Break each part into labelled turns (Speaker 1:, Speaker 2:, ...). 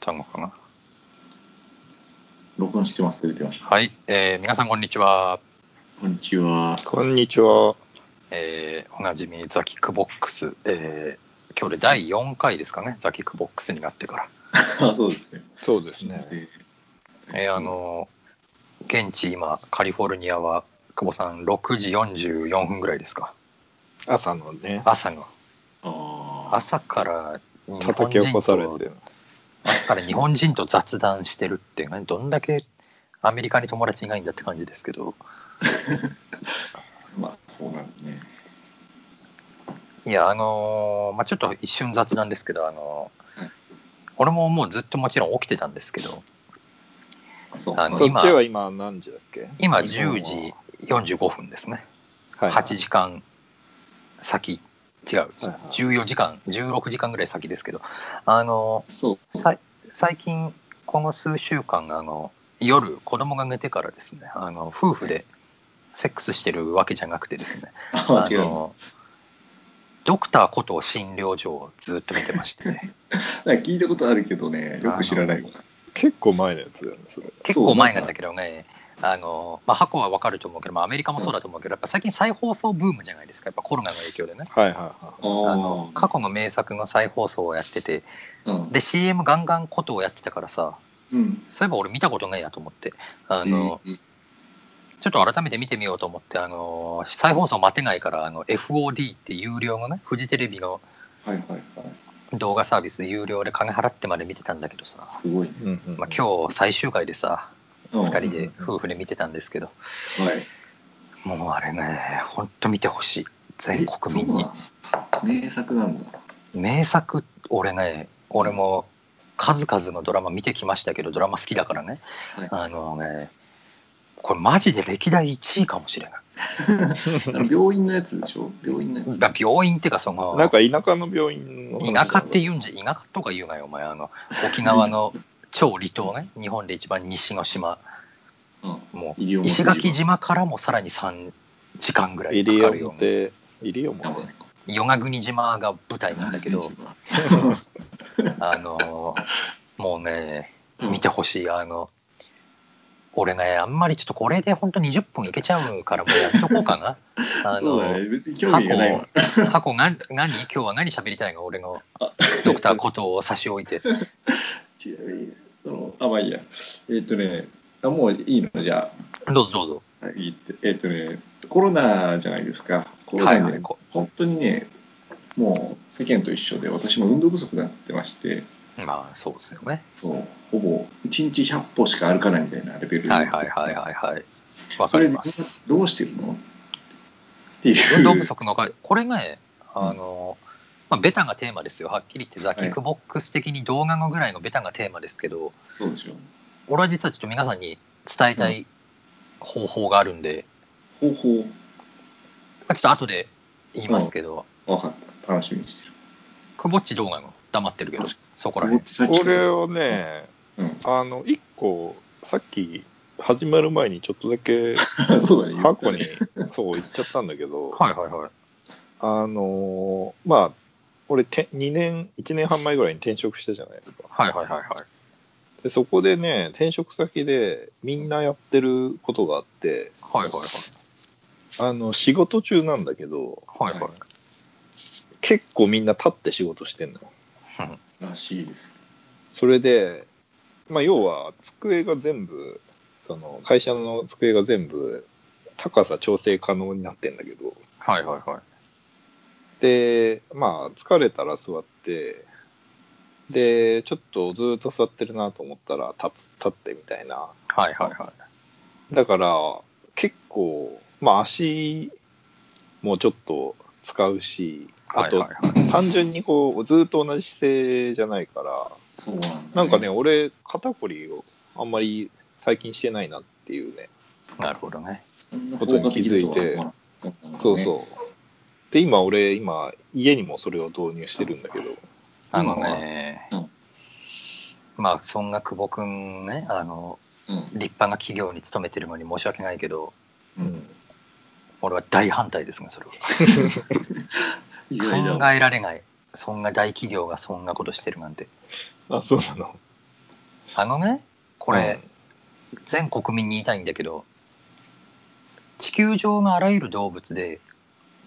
Speaker 1: たのかな。
Speaker 2: 録音してます出てました。
Speaker 1: はい、えー皆さんこんにちは。
Speaker 2: こんにちは。
Speaker 3: こんにちは。
Speaker 1: えーおなじみザキックボックス。えー今日で第4回ですかね、ザキックボックスになってか
Speaker 2: あ、そうですね。
Speaker 3: そうです
Speaker 2: すいま
Speaker 3: ね。
Speaker 2: せん
Speaker 1: ら。えーあのー現地今、カリフォルニアは、久保さん6時44分ぐらいですか。
Speaker 3: 朝のね、
Speaker 1: 朝が。
Speaker 2: あー
Speaker 1: 朝から日本人と
Speaker 3: 叩き起こされてる。
Speaker 1: 朝から日本人と雑談してるって、ね、どんだけアメリカに友達いないんだって感じですけど。
Speaker 2: まあ、そうなんですね。
Speaker 1: いや、あのーまあ、ちょっと一瞬雑談ですけど、あのー
Speaker 2: はい
Speaker 1: 俺ももうずっともちろん起きてたんですけど、
Speaker 2: あそう
Speaker 1: あの
Speaker 3: そ
Speaker 1: 今
Speaker 3: っちは今何時だっけ
Speaker 1: 今
Speaker 2: 日本
Speaker 1: 10時45分ですね。
Speaker 3: はい
Speaker 1: 8時間先、違う、
Speaker 3: はいはい
Speaker 1: 14時間、16時間ぐらい先ですけど、あの
Speaker 2: そう。
Speaker 1: ーさい最近、この数週間、あの、夜、子供が寝てからですね、あの、夫婦でセックスしてるわけじゃなくてですね、
Speaker 2: あ、
Speaker 1: あ
Speaker 2: 間違えた。
Speaker 1: の、ドクターこと診療所をずっと見てまして、ね、
Speaker 2: なんか聞いたことあるけどね、よく知らないわ。
Speaker 3: 結構前のやつだよね、それ。
Speaker 1: 結構前なんだけどね、あの、まあ、箱はわかると思うけど、まあ、アメリカもそうだと思うけど、やっぱ最近再放送ブームじゃないですか、やっぱコロナの影響でね。
Speaker 3: はいはいはい。
Speaker 1: あの
Speaker 2: あ
Speaker 1: 過去の名作が再放送をやってて、
Speaker 2: あ、うん。
Speaker 1: で、CM ガンガンことをやってたからさ、
Speaker 2: うん。
Speaker 1: そういえば俺見たことないやと思って、あ
Speaker 2: あ
Speaker 1: の、、ちょっと改めて見てみようと思って、あの、再放送待てないから、あの、FOD って有料のね、フジテレビの
Speaker 2: はいはいはい。
Speaker 1: 動画サービス有料で金払ってまで見てたんだけどさ、
Speaker 2: すごいね。
Speaker 3: うんうん
Speaker 1: まあ、今日最終回でさ
Speaker 2: う
Speaker 1: 2
Speaker 2: んはい。
Speaker 1: 人で夫婦で見てたんですけどもうあれねほんと見てほしい全国民に
Speaker 2: えそうなん名作なんだ。
Speaker 1: 名作俺ね俺も数々のドラマ見てきましたけどドラマ好きだからね
Speaker 2: はい。
Speaker 1: あのねこれマジで歴代1位かもしれない
Speaker 2: あの病院のやつでしょ病院のやつ。
Speaker 1: だ病院っていうかその
Speaker 3: なんか田舎の病院の話
Speaker 1: 田舎って言うんじゃ田舎とか言うなよお前あの沖縄の超離島ね日本で一番西の島
Speaker 2: うん。
Speaker 1: もう
Speaker 2: 西表
Speaker 1: 石垣島からもさらに3時間ぐらいか
Speaker 3: 西
Speaker 1: かるよ
Speaker 3: 表、西表
Speaker 2: やばいね。
Speaker 1: 与那国島が舞台なんだけどあのもうね見てほしいあの俺ねあんまりちょっとこれで本当20分いけちゃうからもうやっとこうか なあ
Speaker 2: そうだ
Speaker 1: の
Speaker 2: ね。別に興
Speaker 1: 過
Speaker 2: 味がないわ。
Speaker 1: 去過去何何今日は何喋りたいの俺のドクターことを差し置いて
Speaker 2: ちなみに、その、あ、まあいいや。えっ、とね、あ、もういいのじゃ
Speaker 1: どうぞどうぞ
Speaker 2: あ、いいって。えっ、とね、コロナじゃないですか。コロナね、
Speaker 1: はいはいこ
Speaker 2: 本当にね、もう世間と一緒で、私も運動不足になってまして、
Speaker 1: まあそうですよね
Speaker 2: そう、ほぼ1日100歩しか歩かないみたいなレベル
Speaker 1: はいはいはいはいはいわ
Speaker 2: そ
Speaker 1: か
Speaker 2: れ
Speaker 1: り
Speaker 2: みんな
Speaker 1: ます
Speaker 2: どうしてるのっていう。
Speaker 1: 運動不足のかこれがねあの、まあ、ベタがテーマですよはっきり言ってザ・キックボックス的に動画のぐらいのベタがテーマですけど
Speaker 2: そうでしょ。
Speaker 1: 俺は実はちょっと皆さんに伝えたい方法があるんで、
Speaker 2: 方法、
Speaker 1: まあちょっと後で言いますけど、
Speaker 2: わかった。楽しみにしてる。
Speaker 1: くぼっち動画の黙ってるけど
Speaker 2: 確
Speaker 1: そこ
Speaker 2: こ
Speaker 1: ら辺
Speaker 3: 俺をね、
Speaker 2: う
Speaker 3: あの、一個、さっき始まる前にちょっとだけ
Speaker 2: ん、 そうだね。
Speaker 3: 過去に、そう言っちゃったんだけど、
Speaker 1: はいはいはい
Speaker 3: あのーまあ、俺て、2年、1年半前ぐらいに転職したじゃないですか。
Speaker 1: はいはいはいはい
Speaker 3: でそこでね、転職先でみんなやってることがあって、
Speaker 1: はいはい
Speaker 3: あの仕事中なんだけど、
Speaker 1: はいはいはい
Speaker 3: 結構みんな立って仕事してんの。
Speaker 2: らしいです。
Speaker 3: それで、まあ、要は机が全部、その会社の机が全部、高さ調整可能になってんだけど、
Speaker 1: はいはいはい
Speaker 3: で、まあ、疲れたら座って、で、ちょっとずっと座ってるなと思ったら立つ、立ってみたいな。
Speaker 1: はいはいはい
Speaker 3: だから、結構、まあ、足もちょっと使うし、あと、
Speaker 1: はいはい
Speaker 3: 単純にこう、ずっと同じ姿勢じゃないから、
Speaker 2: そうなんだ、
Speaker 3: なんかね、、俺、肩こりをあんまり最近してないなっていうね。
Speaker 1: なるほどね
Speaker 2: そんな効果的だとは思わなかったんだね
Speaker 3: そうそう。で、今、俺、今、家にもそれを導入してるんだけど、
Speaker 1: あのね、
Speaker 2: うん
Speaker 1: まあそんな久保君ねあの
Speaker 2: うん
Speaker 1: 立派な企業に勤めてるのに申し訳ないけど
Speaker 2: うん
Speaker 1: 俺は大反対ですねそれは
Speaker 2: 意外だ
Speaker 1: 考えられないそんな大企業がそんなことしてるなんて
Speaker 3: あ、そうなの。
Speaker 1: あのね、これ、全国民に言いたいんだけど、地球上のあらゆる動物で、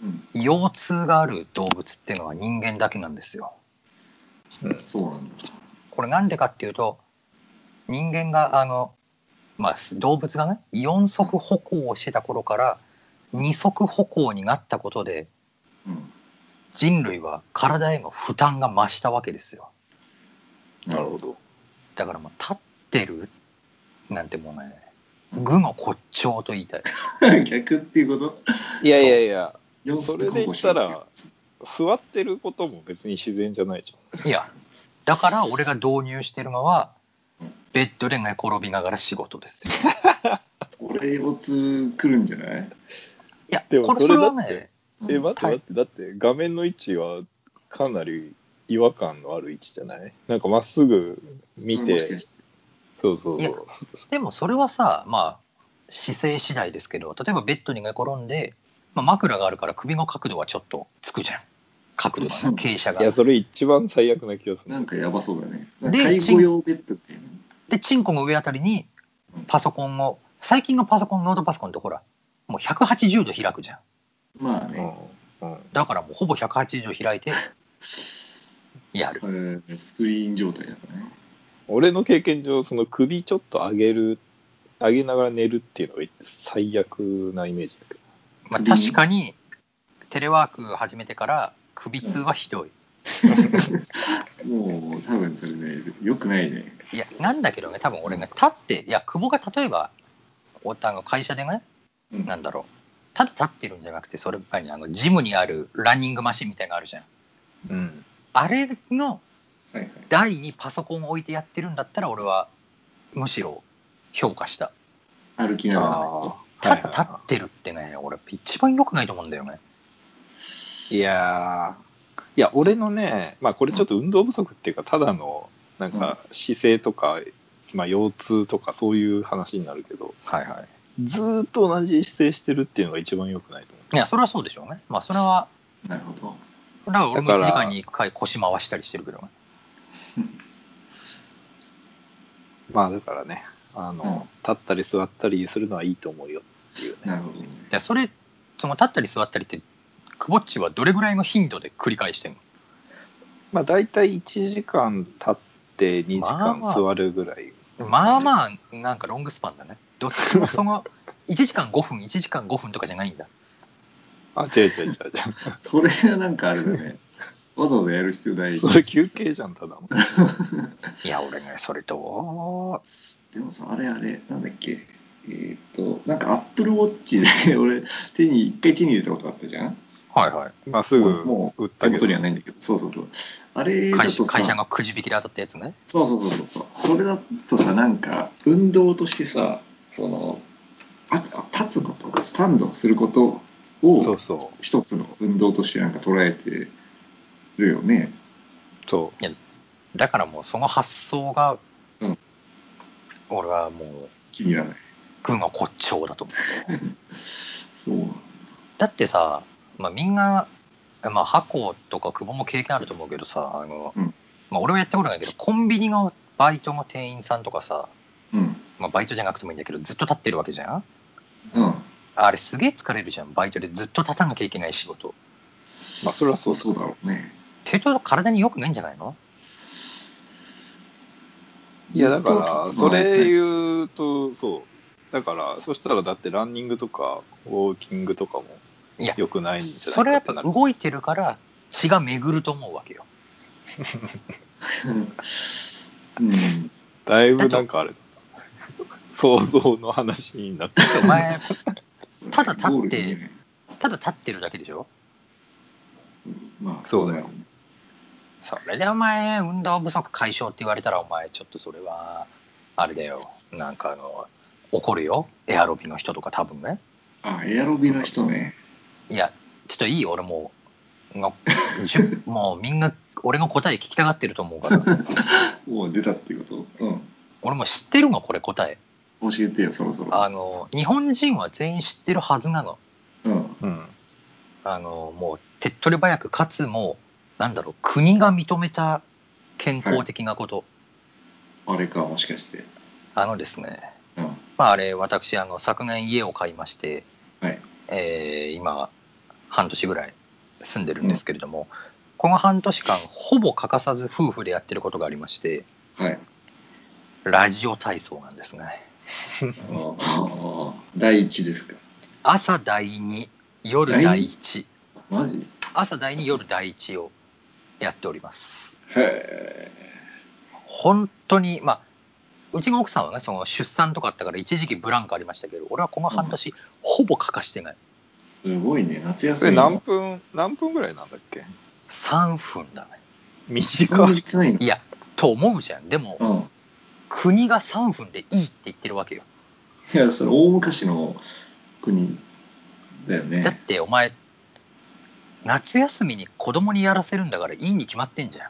Speaker 2: うん、
Speaker 1: 腰痛がある動物っていうのは人間だけなんですよ。
Speaker 2: そうなんだ。
Speaker 1: これなんでかっていうと、人間が、あの、まあ、す動物がね、4足歩行をしてた頃から、2足歩行になったことで、
Speaker 2: うん、
Speaker 1: 人類は体への負担が増したわけですよ。
Speaker 3: なるほど。
Speaker 1: だからまあ、立ってるなんてもうね、愚の骨頂と言いたい。
Speaker 2: ど。 逆っていうこと
Speaker 3: いやいやいや、
Speaker 2: 四
Speaker 3: そ
Speaker 2: 足
Speaker 3: れで
Speaker 2: 歩
Speaker 3: 言
Speaker 2: 行
Speaker 3: っ
Speaker 2: してる
Speaker 3: たら、座ってることも別に自然じゃないじ
Speaker 1: いや、だから俺が導入してるのは
Speaker 2: うん、
Speaker 1: ベッドで寝転びながら仕事ですよ。
Speaker 2: 俺腰痛来るんじゃない
Speaker 1: いや、
Speaker 3: でも
Speaker 1: これ
Speaker 3: そ
Speaker 1: それ
Speaker 3: れだ
Speaker 1: は
Speaker 3: って
Speaker 1: ね、
Speaker 3: ゃん。え、待って
Speaker 1: は
Speaker 3: 待
Speaker 1: い
Speaker 3: って、だって画面の位置はかなり違和感のある位置じゃないなんかまっすぐ見
Speaker 2: もしか
Speaker 3: て、
Speaker 2: して
Speaker 3: そうそう
Speaker 1: いや
Speaker 3: そう。
Speaker 1: でもそれはさ、まあ、姿勢次第ですけど、例えばベッドに寝転んで、まあ、枕があるから首の角度はちょっとつくじゃん。角度がね、傾斜
Speaker 3: いや、
Speaker 1: が。
Speaker 3: それ一番最悪な気がす
Speaker 2: な
Speaker 3: る
Speaker 2: ん。かやばそうだね。
Speaker 1: で
Speaker 2: 介護用ベッドっていうの
Speaker 1: で、チンコの上あたりにパソコンを、最近のパソコン、ノートパソコンってほら、もう180度開くじゃん。
Speaker 2: まあ
Speaker 3: う
Speaker 2: ね、
Speaker 3: んうん
Speaker 1: だからもうほぼ180度開いて、やる。
Speaker 2: えースクリーン状態だからね。
Speaker 3: 俺の経験上、その首ちょっと上げる、上げながら寝るっていうのが最悪なイメージだけど。
Speaker 1: まあ、
Speaker 2: 首
Speaker 1: 確かにテレワーク始めてから首痛はひどい、
Speaker 2: もう多分それね、よくないね。
Speaker 1: いやなんだけどね多分俺ね立っていや久保が例えばおあの会社でね
Speaker 2: うん
Speaker 1: なんだろうただ立ってるんじゃなくてそれ以外にあのジムにあるランニングマシンみたいなのあるじゃん
Speaker 3: うん。
Speaker 1: あれの
Speaker 2: はいはい。
Speaker 1: 台にパソコンを置いてやってるんだったら俺はむしろ評価した
Speaker 2: 歩きながらね。
Speaker 3: ああ。
Speaker 1: ただ立ってるってね俺一番良くないと思うんだよね
Speaker 3: いやーいや、俺のね、まあこれちょっと運動不足っていうか、ただの、なんか姿勢とか、まあ腰痛とかそういう話になるけど、
Speaker 1: はいはい
Speaker 3: ずーっと同じ姿勢してるっていうのが一番良くないと思
Speaker 1: いやそれはそうでしょうねまあそれは
Speaker 2: なるほど。
Speaker 1: だから俺も
Speaker 3: だ
Speaker 1: 1
Speaker 3: から
Speaker 1: 時間に1回腰回したりしてるけどね
Speaker 3: う。まあだからね、あの、立ったり座ったりするのはいいと思うよっていうね。
Speaker 2: なるほどね。
Speaker 1: でそれその立ったり座ったりってくぼっちはどれぐらいの頻度で繰り返してんの
Speaker 3: まあ大体1時間立って2時間
Speaker 1: まあ
Speaker 3: 座るぐらい。
Speaker 1: まあまあなんかロングスパンだねどっちもその1時間5分1時間5分とかじゃないんだ
Speaker 3: あ、違う違う違う違
Speaker 2: それはなんかあれだね。わざわざやる必要な
Speaker 3: う。
Speaker 2: い。
Speaker 3: それ休憩じゃん、ただの。
Speaker 1: いや俺ねそれと
Speaker 2: でもさ、あれあれ、なんだっけ。えーっと、なんかアップルウォッチで俺、手に、一回手に入れたことあったじゃん
Speaker 1: はいはい
Speaker 3: まあすぐ
Speaker 2: も
Speaker 3: 売っ
Speaker 2: 手
Speaker 3: たけ
Speaker 2: 元
Speaker 3: ど
Speaker 2: に。はないんだけど、そうそうそう。あれだ
Speaker 1: 会
Speaker 2: と
Speaker 1: 社
Speaker 2: さ、
Speaker 1: 会社がくじ引きで当たったやつね
Speaker 2: そうそうそうそうそう。それだとさ、なんか、運動としてさ、その、あ立つこと、スタンドすること
Speaker 3: そ
Speaker 2: を
Speaker 3: う、そう。
Speaker 2: 一つの運動としてなんか捉えてるよね。
Speaker 3: そう。
Speaker 1: だからもうその発想が、
Speaker 2: うん
Speaker 1: 俺はもう
Speaker 2: 気に入らない。
Speaker 1: 群が骨頂だと思う
Speaker 2: そうなんだ。
Speaker 1: だってさ、まあ、みんな、まあ、箱とか久保も経験あると思うけどさあの、
Speaker 2: うん
Speaker 1: まあ、俺はやったことないけどコンビニのバイトの店員さんとかさ、
Speaker 2: うん。
Speaker 1: まあ、バイトじゃなくてもいいんだけどずっと立ってるわけじゃん
Speaker 2: うん。
Speaker 1: あれすげえ疲れるじゃんバイトでずっと立たなきゃいけない仕事っ
Speaker 3: まあそれはそ
Speaker 2: そうう
Speaker 3: だ
Speaker 2: そうだろうね。
Speaker 1: ていうと体に良くないんじゃないの
Speaker 3: いやだから、
Speaker 2: ずっと立つの
Speaker 3: そ
Speaker 2: は
Speaker 3: れ言うと、そう。だから、そしたらだってランニングとか、ウォーキングとかも
Speaker 1: いや
Speaker 3: 良くないんじゃない
Speaker 1: それはやっぱ
Speaker 3: かってなる
Speaker 1: 動いてるから血が巡ると思うわけよ
Speaker 2: うん。
Speaker 3: だいぶなんかあれ、想像の話になって
Speaker 1: だってお前ただ立って
Speaker 2: ゴールに見えない
Speaker 1: ただ立ってるだけでしょ
Speaker 2: まあ、
Speaker 3: そうだよ
Speaker 2: ね。
Speaker 1: それでお前運動不足解消って言われたらお前ちょっとそれはあれだよなんかあの怒るよエアロビの人とか多分ね
Speaker 2: あ、エアロビの人ね。
Speaker 1: いやちょっといいよ俺もうのじゅもうみんな俺の答え聞きたがってると思うから
Speaker 2: もう出たっていうことう
Speaker 1: 俺もう知ってるのこれ答え
Speaker 2: ん。教えてよ、そろそろ。
Speaker 1: あの日本人は全員知ってるはずなの
Speaker 2: うん。
Speaker 3: うん。
Speaker 1: あのもう手っ取り早くかつもうなんだろう国が認めた健康的なこと、
Speaker 2: あれか、もしかして。
Speaker 1: あのですね、
Speaker 2: うん。
Speaker 1: まあ、あれ、私、あの昨年家を買いまして、
Speaker 2: はい。
Speaker 1: えー今、半年ぐらい住んでるんですけれども、この半年間、ほぼ欠かさず夫婦でやってることがありまして、
Speaker 2: はい。
Speaker 1: ラジオ体操なんですね。
Speaker 2: あーあー、第一ですか。
Speaker 1: 朝第2、夜
Speaker 2: 第
Speaker 1: 第
Speaker 2: 二
Speaker 1: 1、
Speaker 2: マジ
Speaker 1: 朝第2、夜第1をやっております。
Speaker 2: へ
Speaker 1: 本当に、まあ、うちの奥さんはね、その出産とかあったから一時期ブランクありましたけど、俺はこの半年、ほぼ欠かしてない。
Speaker 2: え。すごいね、夏
Speaker 3: そ
Speaker 2: 休
Speaker 3: れ
Speaker 2: み
Speaker 3: 何
Speaker 2: も。
Speaker 3: 分、何分ぐらいなんだっけ
Speaker 1: 3分だね。
Speaker 3: 短い。
Speaker 2: 短いの
Speaker 1: いや、と思うじゃん。でも、
Speaker 2: うん。
Speaker 1: 国が3分でいいって言ってるわけよ。
Speaker 2: いや、それ大昔の国だよ
Speaker 1: だっ
Speaker 2: ね。
Speaker 1: て、お前、夏休みに子供にやらせるんだからいいに決まってんじゃ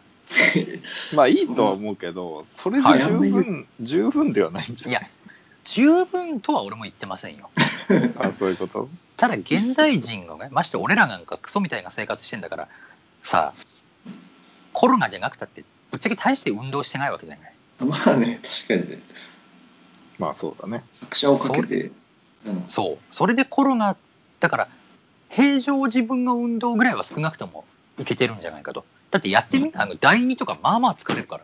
Speaker 3: まあいいとは思うけど、それで
Speaker 1: はい
Speaker 3: 十分、十分ではないんじ
Speaker 1: ん。
Speaker 3: ゃ
Speaker 1: い
Speaker 3: な
Speaker 1: や
Speaker 3: い、
Speaker 1: 十分とは俺も言ってませんよ。
Speaker 3: あそういうこと
Speaker 1: ただ、現代人がね、まして俺らなんかクソみたいな生活してんだから、さコロナじゃなくたって、ぶっちゃけ大して運動してないわけじゃない。
Speaker 2: まあね、確かにね。
Speaker 3: まあそうだね。
Speaker 2: 拍車をかけて。うん。
Speaker 1: そう。それでコロナ、だから、平常自分の運動ぐらいは少なくともいけてるんじゃないかと。だってやってみ、
Speaker 2: うん
Speaker 1: あの、第2とかまあまあ疲れるから。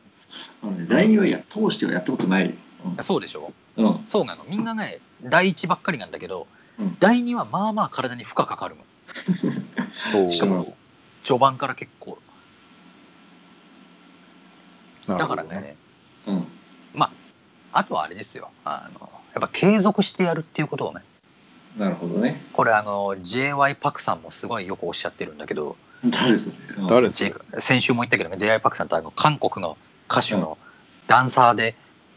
Speaker 2: あのね、第二はや通してはやったことない。
Speaker 1: そうでしょ
Speaker 2: うん。うん。
Speaker 1: そうなの。みんなね、第1ばっかりなんだけど、
Speaker 2: うん
Speaker 1: 第2はまあまあ体に負荷かかるもん。
Speaker 3: そう
Speaker 2: しかも
Speaker 1: 序盤から結構。
Speaker 3: なる
Speaker 1: だ
Speaker 3: ほ
Speaker 1: か
Speaker 3: ど
Speaker 1: らね、
Speaker 2: うん。
Speaker 1: あとはあれですよ。あの、やっぱ継続してやるっていうことをね、
Speaker 2: なるほどね。
Speaker 1: これあの、JY パクさんもすごいよくおっしゃってるんだけど、
Speaker 2: 誰それ、うん
Speaker 3: 誰そ
Speaker 1: J-
Speaker 3: れ
Speaker 1: 先週も言ったけどね、JY パクさんとあの、韓国の歌手のダンサーで、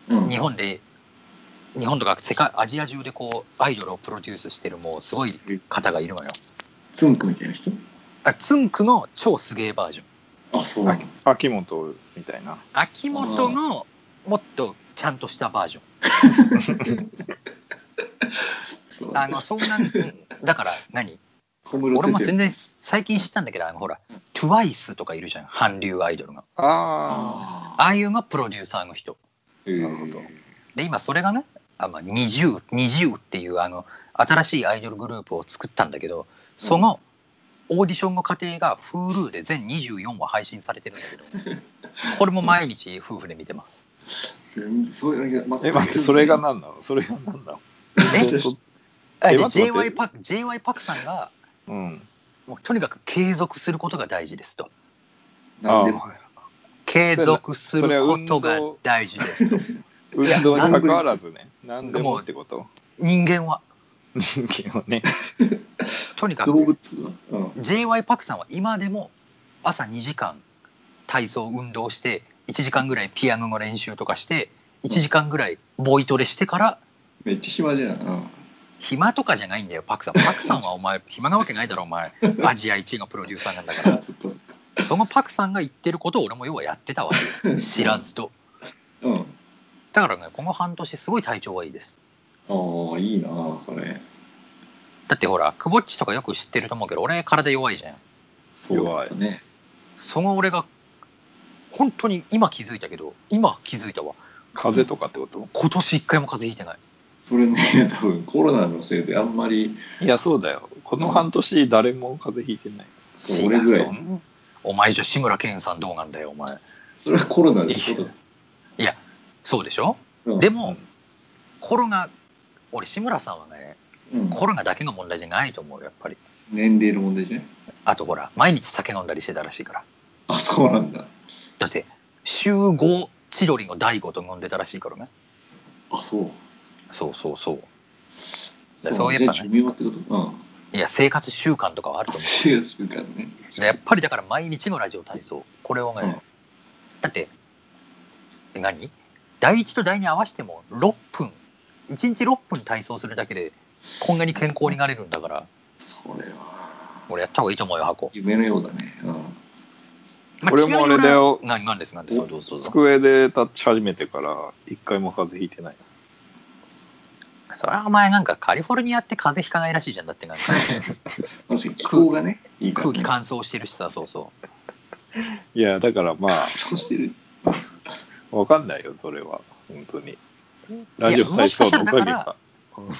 Speaker 2: うん。
Speaker 1: 日本で日本とか世界アジア中でこうアイドルをプロデュースしてるもうすごい方がいるのよ
Speaker 2: ツンクみたいな人
Speaker 1: あツンクの超すげえバージョン
Speaker 2: あ、そうな
Speaker 3: あ
Speaker 2: んだ
Speaker 3: 秋元みたいな。
Speaker 1: 秋元のもっとちゃんとしたバージョン
Speaker 2: そう
Speaker 1: あのそんなうんだから何
Speaker 2: 小室
Speaker 1: 俺も
Speaker 2: 哲
Speaker 1: 全
Speaker 2: 哉
Speaker 1: 然最近知ったんだけどあのほら TWICE とかいるじゃん韓流アイドルが
Speaker 3: あ
Speaker 2: あ
Speaker 1: ああいうのがプロデューサーの人
Speaker 2: あ、な
Speaker 3: なるほど
Speaker 1: で今それがねあ、まあ、2020, 20っていうあの新しいアイドルグループを作ったんだけどそのオーディションの過程が Hulu で全24話配信されてるんだけどこれも毎日夫婦で見てます
Speaker 2: 全然そういうの
Speaker 3: あ。え、待って、それが
Speaker 2: な。
Speaker 3: 何なのそれが何なの
Speaker 1: え
Speaker 3: え
Speaker 1: で
Speaker 3: 待って
Speaker 1: JY パク JY パクさんが
Speaker 3: うん。
Speaker 1: もうとにかく継続することが大事ですと
Speaker 2: なんで
Speaker 3: あ
Speaker 1: 継続すること
Speaker 3: それは
Speaker 1: が
Speaker 3: 運動
Speaker 1: 大事ですと
Speaker 3: 運動に関わらずね。何でもってこと
Speaker 1: 人間は
Speaker 3: 人間はね。
Speaker 1: とにか
Speaker 2: 動
Speaker 1: く
Speaker 2: 物は、うん、
Speaker 1: JY パクさんは今でも朝2時間体操運動して1時間ぐらいピアノの練習とかして1時間ぐらいボイトレしてから
Speaker 2: めっちゃ暇じゃん。うん
Speaker 1: 暇とかじゃないんだよパクさんパクさんはお前暇なわけないだろお前アジア1位のプロデューサーなんだか
Speaker 2: そっかそっか。
Speaker 1: らそのパクさんが言ってることを俺も要はやってたわけよ知らずと
Speaker 2: うん。あ
Speaker 1: だからねこの半年すごい体調がいいです
Speaker 2: あ、いいなあ、それ。
Speaker 1: だってほらくぼっちとかよく知ってると思うけど俺体弱いじゃん
Speaker 3: 弱い
Speaker 2: よかったね。
Speaker 1: その俺が本当に今気づいたけど今気づいたわ
Speaker 3: 風邪とかってこと
Speaker 1: 今年一回も風邪ひいてない
Speaker 2: それね、 多分コロナのせいであんまり、
Speaker 3: いや、そうだよ。この半年、誰も風邪ひいてない。
Speaker 2: そう俺ぐら
Speaker 1: そ
Speaker 2: い。
Speaker 1: んお前じゃ志村けんさんどうなんだよお前
Speaker 2: それはコロナでしょ。
Speaker 1: いやそうでしょ
Speaker 2: うん
Speaker 1: で、もコロナ俺志村さんはね
Speaker 2: うん
Speaker 1: コロナだけの問題じゃないと思うよやっぱり
Speaker 2: 年齢の問題じゃない
Speaker 1: あとほら毎日酒飲んだりしてたらしいから
Speaker 2: あ、そうなんだ。
Speaker 1: だって週5千鳥の大悟と飲んでたらしいからね
Speaker 2: あ、そう。
Speaker 1: そうそうそう
Speaker 2: そう
Speaker 1: そうやっ
Speaker 2: じゃ
Speaker 1: ぱ
Speaker 2: あ
Speaker 1: ね
Speaker 2: 寿命ってことうん。
Speaker 1: い や生活習慣とかはあると思
Speaker 2: 生活習慣ね。
Speaker 1: うでやっぱりだから毎日のラジオ体操これをね、
Speaker 2: うん
Speaker 1: だってえ何第1と第2合わせても6分1日6分体操するだけでこんなに健康になれるんだから
Speaker 2: それは、
Speaker 1: 俺やった方がいいと思うよ箱、
Speaker 2: 夢のようだね。うん。
Speaker 1: ま
Speaker 3: 俺もあれだよ
Speaker 1: 違いは何何です何ですどうぞどうぞ
Speaker 3: 机で立ち始めてから、一回も風邪ひいてない。
Speaker 1: それはお前なんかカリフォルニアって風邪ひかないらしいじゃんだってなんか
Speaker 2: まず気候がね、いいから、
Speaker 1: 空気
Speaker 2: ね。
Speaker 1: 乾燥してるしさそうそう
Speaker 3: いや、だからまあ、
Speaker 2: そうしてる。
Speaker 3: わかんないよ、それは。本当に。ラジオ体操のおかげ
Speaker 1: いやもし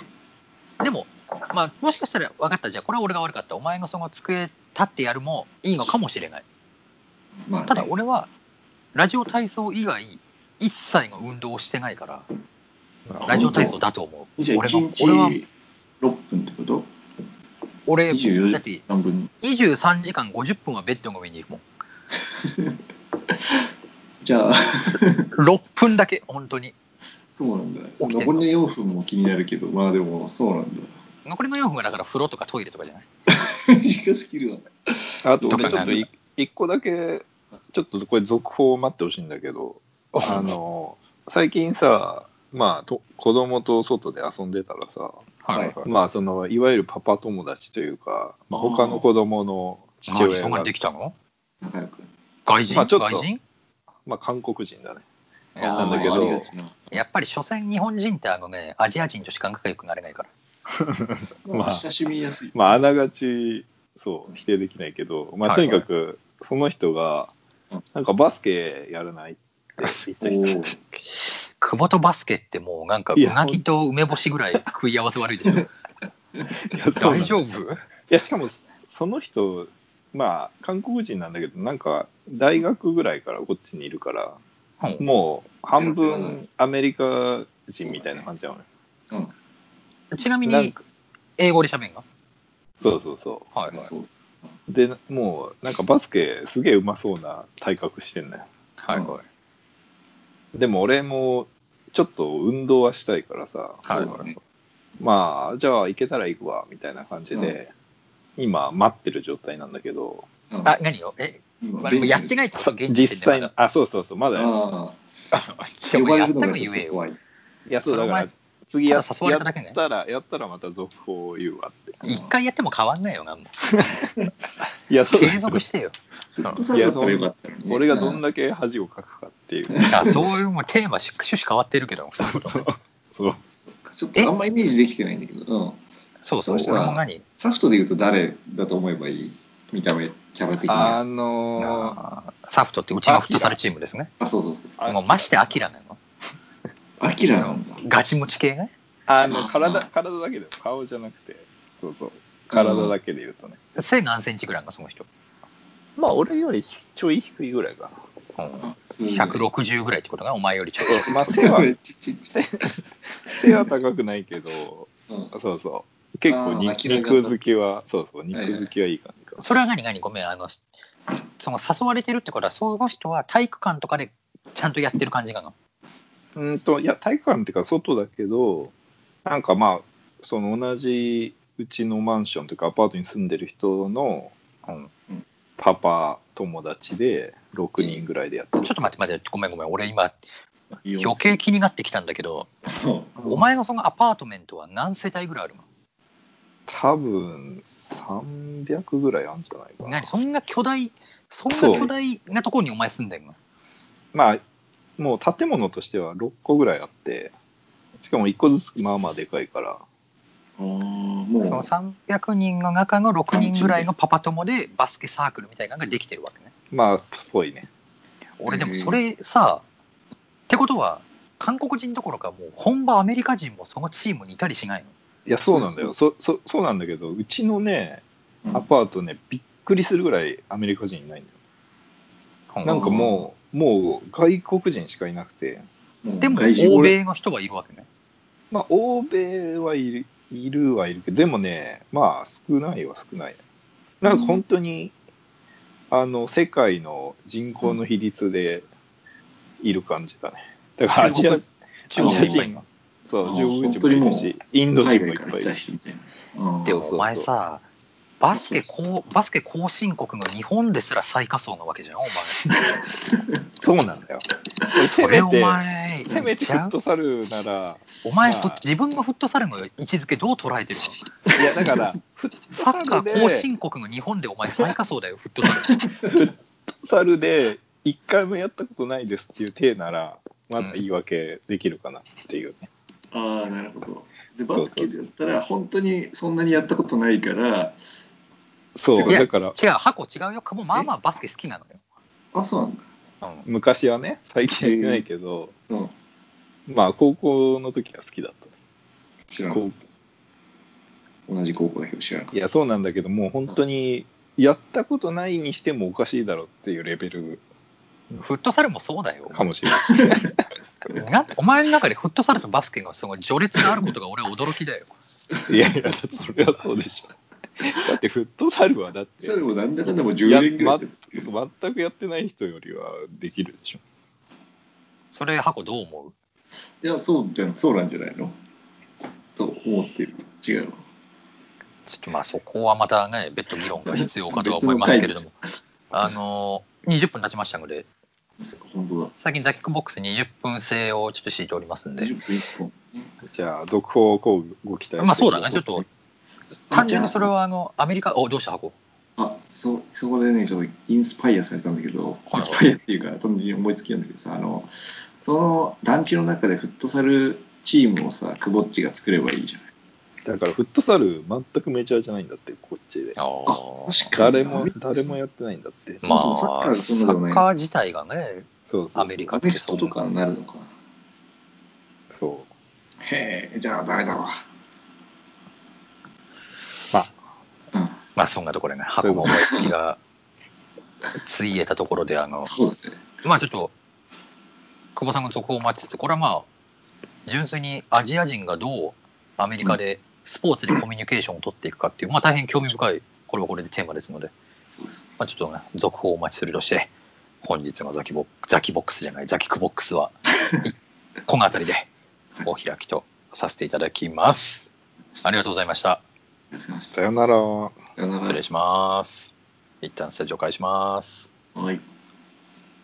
Speaker 1: かしたらだか。
Speaker 3: か
Speaker 1: でも、まあ、もしかしたら分かった、じゃあ、これは俺が悪かった、お前がその机立ってやるもいいのかもしれない。
Speaker 2: まあね
Speaker 1: ただ、俺は、ラジオ体操以外、一切の運動をしてないから、
Speaker 3: うん
Speaker 1: ラジオ体操だと思う。
Speaker 2: じゃあ
Speaker 1: 俺の
Speaker 2: 1日
Speaker 1: 俺は、
Speaker 2: 6分ってこと
Speaker 1: 俺、だ
Speaker 2: ?24
Speaker 1: って
Speaker 2: 時、間分。
Speaker 1: 23時間50分はベッドの上にいるもん。
Speaker 2: じゃあ、
Speaker 1: 6分だけ、本当に。
Speaker 2: そうなんだ。
Speaker 1: 起きてん
Speaker 2: 残
Speaker 1: の
Speaker 2: りの4分も気になるけど、まあでも、そうなんだ。
Speaker 1: 残りの4分はだから風呂とかトイレとかじゃない
Speaker 2: 短すぎるわ。
Speaker 3: あと、
Speaker 1: と
Speaker 3: 俺
Speaker 1: か
Speaker 3: ちょっとい一個だけ、ちょっとこれ続報を待ってほしいんだけど、あの、最近さ、まあ、と子供と外で遊んでたらさ、
Speaker 2: はい
Speaker 3: まあ、その、いわゆるパパ友達というか、まあ、
Speaker 2: うん
Speaker 3: 他の子供の父
Speaker 1: 何
Speaker 3: 親
Speaker 1: そんな
Speaker 3: が
Speaker 1: にで、きたの
Speaker 2: 仲良く。
Speaker 1: 外人、
Speaker 3: まあちょっと
Speaker 1: 外人
Speaker 3: まあ、韓国人だね。
Speaker 1: い
Speaker 2: あ
Speaker 1: や
Speaker 2: ー
Speaker 3: なんだけど
Speaker 2: ありがちな
Speaker 1: やっぱり所詮日本人ってあのね、アジア人としか仲良くなれないから。
Speaker 2: ま
Speaker 3: ま
Speaker 2: あ、
Speaker 3: あ
Speaker 2: 親しみやすい。
Speaker 3: まあ、あながち、そう、否定できないけど、まあ、
Speaker 1: は
Speaker 3: と
Speaker 1: い
Speaker 3: にかく、その人が
Speaker 2: うん、
Speaker 3: なんかバスケやらないって言った人
Speaker 2: おー
Speaker 1: 久保とバスケってもうなんか
Speaker 3: いうや
Speaker 1: なぎと梅干しぐらい食い合わせ悪いでしょ
Speaker 3: いや そうな
Speaker 1: 大
Speaker 3: の
Speaker 1: 丈夫
Speaker 3: いやしかもその人まあ韓国人なんだけどなんか大学ぐらいからこっちにいるから
Speaker 1: うん
Speaker 3: もう半
Speaker 2: うん
Speaker 3: 分アメリカ人みたいな感じなのよ
Speaker 2: うん、
Speaker 1: ちなみ
Speaker 3: なん
Speaker 1: に
Speaker 3: か
Speaker 1: 英語で喋んが
Speaker 3: そうそうそ
Speaker 1: はいはい
Speaker 2: そう。
Speaker 3: うでもうなんかバスケすげえうまそうな体格してんのよ
Speaker 1: はいはい
Speaker 3: でも俺もちょっと運動はしたいからさ
Speaker 1: はい
Speaker 2: そうだね
Speaker 3: まあじゃあ行けたら行くわみたいな感じで、今待ってる状態なんだけど
Speaker 2: うん
Speaker 1: あ、何よえ、
Speaker 2: 今
Speaker 1: まあ
Speaker 2: ベンチ
Speaker 1: やってないってさ現地
Speaker 3: 実
Speaker 1: 点で
Speaker 3: 際
Speaker 1: ま
Speaker 3: の
Speaker 1: だ
Speaker 3: あそうそうそうまだよ
Speaker 2: ああ、
Speaker 1: で
Speaker 2: 呼
Speaker 1: も
Speaker 2: ば
Speaker 1: や
Speaker 2: れ
Speaker 1: っ
Speaker 2: るの
Speaker 1: た
Speaker 2: が
Speaker 1: の
Speaker 2: ちょ
Speaker 1: 言え
Speaker 2: っと
Speaker 1: よ
Speaker 2: 怖い。
Speaker 3: いやそう
Speaker 1: そ
Speaker 3: だ
Speaker 1: の
Speaker 3: か
Speaker 1: 前
Speaker 3: ら次
Speaker 1: た
Speaker 3: や
Speaker 1: だ誘われただけね
Speaker 3: やったらやったらまた続報を言うわって
Speaker 2: 前
Speaker 1: 一回やっても変わんないよなんも
Speaker 3: いやそうだ
Speaker 1: 継
Speaker 3: よ
Speaker 1: 続してよ
Speaker 2: フットサルだったらよかったのにね
Speaker 3: 俺がどんだけ恥をかくかっていう
Speaker 1: あそういうもうテーマ趣旨変わってるけどそういうこと
Speaker 3: そう
Speaker 2: ちょっとあんまイメージできてないんだけど、うん、
Speaker 1: そうそう
Speaker 2: そうか
Speaker 1: 俺も何
Speaker 2: サフトで言うと誰だと思えばいい見た目、キャラ的には。
Speaker 3: あの
Speaker 1: あーサフトってうちのフットサルチームですね
Speaker 2: あ、そうそうそうそう。
Speaker 3: あ
Speaker 1: もうましてアキラなの
Speaker 2: アキラなんだ。
Speaker 1: ガチムチ系が
Speaker 3: あの体体だけで顔じゃなくてそうそう体だけで言うとね、
Speaker 1: 背何センチぐらいなのその人、
Speaker 3: まあ俺よりちょい低いぐらいか
Speaker 1: うん、
Speaker 2: すごい
Speaker 1: 160ぐらいってことがお前よりちょっと
Speaker 3: なまあ背は
Speaker 2: ちちっちゃい。
Speaker 3: 背は高くないけど
Speaker 2: うん
Speaker 3: そうそう結構に
Speaker 2: あー明らかな
Speaker 3: 肉付きはそうそう肉付きはいい感じか、
Speaker 1: それは何何ごめんあのその誘われてるってことはその人は体育館とかでちゃんとやってる感じなの
Speaker 3: うんと、いや、体育館っていうか、外だけど、なんかまあ、その同じうちのマンションというか、アパートに住んでる人の、うん
Speaker 2: うん
Speaker 3: パパ、友達で、6人ぐらいでやってる
Speaker 1: ちょっと待って待ってごめんごめん俺今
Speaker 2: いいよ
Speaker 1: 余計気になってきたんだけど
Speaker 2: そう
Speaker 1: お前のそのアパートメントは何世帯ぐらいあるの
Speaker 3: 多分300ぐらいあるんじゃないかな。
Speaker 1: 何そんな巨大そん
Speaker 3: そ
Speaker 1: な
Speaker 3: う
Speaker 1: 巨大なところにお前住んでんの
Speaker 3: まあ、もう建物としては6個ぐらいあって、しかも1個ずつ、まあまあでかいから、
Speaker 2: あー
Speaker 1: そ
Speaker 2: も
Speaker 1: の
Speaker 2: う、
Speaker 1: 300人の中の6人ぐらいのパパ友でバスケサークルみたいなのができてるわけね
Speaker 3: まあ、ぽいね。
Speaker 1: 俺でもそれさ、ってことは韓国人どころかもう本場アメリカ人もそのチームにいたりしないの
Speaker 3: いや、そうなんだよ。そそそうなんだけど、うちのね、
Speaker 2: うん
Speaker 3: アパートね、びっくりするぐらいアメリカ人いないんだよ。なんかもう、もう外国人しかいなくて、
Speaker 2: もう
Speaker 1: でも
Speaker 2: 外人
Speaker 1: 欧
Speaker 2: 俺
Speaker 1: 米の人はいるわけね
Speaker 3: まあ、欧米はいるいるはいるけど、でもね、まあ、少ないは少ない。なんか本当に、あの、世界の人口の比率でいる感じだね。だからアジア
Speaker 1: 中、国
Speaker 3: アジ
Speaker 1: 人
Speaker 3: ア
Speaker 1: もいっぱ
Speaker 3: 人、そう、
Speaker 2: あ
Speaker 3: 中国人もいるし、インド
Speaker 2: 海
Speaker 3: 人
Speaker 2: 外
Speaker 3: もいっ
Speaker 2: から
Speaker 3: ぱ
Speaker 2: 来
Speaker 3: いい
Speaker 2: た
Speaker 3: る。
Speaker 2: 人みたいな。うん
Speaker 1: いでもお前さバスケこうバスケ後進国の日本ですら最下層なわけじゃんお前
Speaker 3: そうなんだよ。
Speaker 1: そ
Speaker 3: せ
Speaker 1: れ
Speaker 3: め
Speaker 1: お
Speaker 3: て、
Speaker 1: 前
Speaker 3: せめて
Speaker 1: ち
Speaker 3: フ
Speaker 1: ゃ
Speaker 3: ッ
Speaker 1: う
Speaker 3: トサルなら、
Speaker 1: お前
Speaker 3: まあ
Speaker 1: ふ自分のフットサルの位置づけどう捉えてる の
Speaker 3: いや、だから、フット
Speaker 1: サ
Speaker 3: サ
Speaker 1: ッカ
Speaker 3: ルで
Speaker 1: ー後進国の日本でお前最下層だよフットサル
Speaker 3: フットサルで一回もやったことないですっていう体なら、まだ言い訳できるかなっていうね。
Speaker 2: ああ、なるほど。で、バスケでやったら、本当にそんなにやったことないから、
Speaker 3: そう、
Speaker 1: いや
Speaker 3: だから、
Speaker 1: 違う箱違うよもまあまあバスケ好きなのよ
Speaker 2: あ、そうなんだ。
Speaker 1: うん
Speaker 3: 昔はね、最近は行けないけど、
Speaker 2: うん、
Speaker 3: まあ、高校の時は好きだっ
Speaker 2: 知ら
Speaker 3: た。
Speaker 2: ん
Speaker 3: こ
Speaker 2: 同じ高校だけど知らん
Speaker 3: ういや、そうなんだけど、もう本当に、やったことないにしてもおかしいだろうっていうレベル
Speaker 1: フットサルもそうだよ。
Speaker 3: かもしれない。
Speaker 1: なんお前の中でフットサルとバスケがその序列があることが俺は驚きだよ。
Speaker 3: いやいや、だってそれはそうでしょ。だって、フットサルはだって、
Speaker 2: それもなんだかんだもう10
Speaker 3: や
Speaker 2: 年ぐら
Speaker 3: ま
Speaker 2: いやってる
Speaker 3: 全くやってない人よりはできるでしょ。
Speaker 1: それ、箱どう思う
Speaker 2: いやそうじゃんそうなんじゃないのと思ってる違うの
Speaker 1: ちょっとまあそこはまたね、別途議論が必要かとは思いますけれども、あのー、20分経ちましたので、
Speaker 2: 本当だ
Speaker 1: 最近ザキックボックス20分制をちょっと敷いておりますんで
Speaker 2: 20、分1本
Speaker 3: じゃあ、続報をこうご期待
Speaker 1: まあそうだね、ちょっと単純にそれ
Speaker 2: あ
Speaker 1: はあのアメリカ、おどうした箱
Speaker 2: じゃああそそこでねちょっとインスパイアされたんだけどイ
Speaker 1: はい
Speaker 2: ンスパイアっていうか単純に思いつきなんだけどさあのその団地の中でフットサルチームをさくぼっちが作ればいいじゃない
Speaker 3: だから、フットサル、全くメジャーじゃないんだって、こっちで。
Speaker 1: あ
Speaker 2: 確か
Speaker 3: 誰も、誰もやってないんだって。
Speaker 1: まあ、
Speaker 2: そもそもサッカーがそんなでもない
Speaker 1: サッカー自体がね、
Speaker 3: そうそう
Speaker 1: アメリカ
Speaker 2: ア
Speaker 1: っ
Speaker 2: メ
Speaker 1: て
Speaker 2: フ
Speaker 1: そ
Speaker 2: ト
Speaker 1: んな
Speaker 2: とかになるのかな
Speaker 3: そう。
Speaker 2: へえじゃあダメだわ
Speaker 3: まあ、
Speaker 2: うん
Speaker 1: まあそんなところでね、箱も思いつきがついえたところで、あの、
Speaker 2: そうだね
Speaker 1: まあちょっと、久保さんの続報を待ちつつ、これはまあ、純粋にアジア人がどうアメリカでスポーツでコミュニケーションを取っていくかっていう、まあ大変興味深い、これはこれでテーマですので、
Speaker 2: そうです
Speaker 1: まあちょっとね、続報をお待ちするとして、本日のザキボザキボックスじゃない、ザキクボックスは、いこの辺りでお開きとさせていただきます。ありがとうございました。
Speaker 2: ありがとうございまし
Speaker 3: さよな
Speaker 2: た
Speaker 3: ら。
Speaker 2: さよなら
Speaker 1: 失礼します。一旦スタジオ返します。
Speaker 2: はい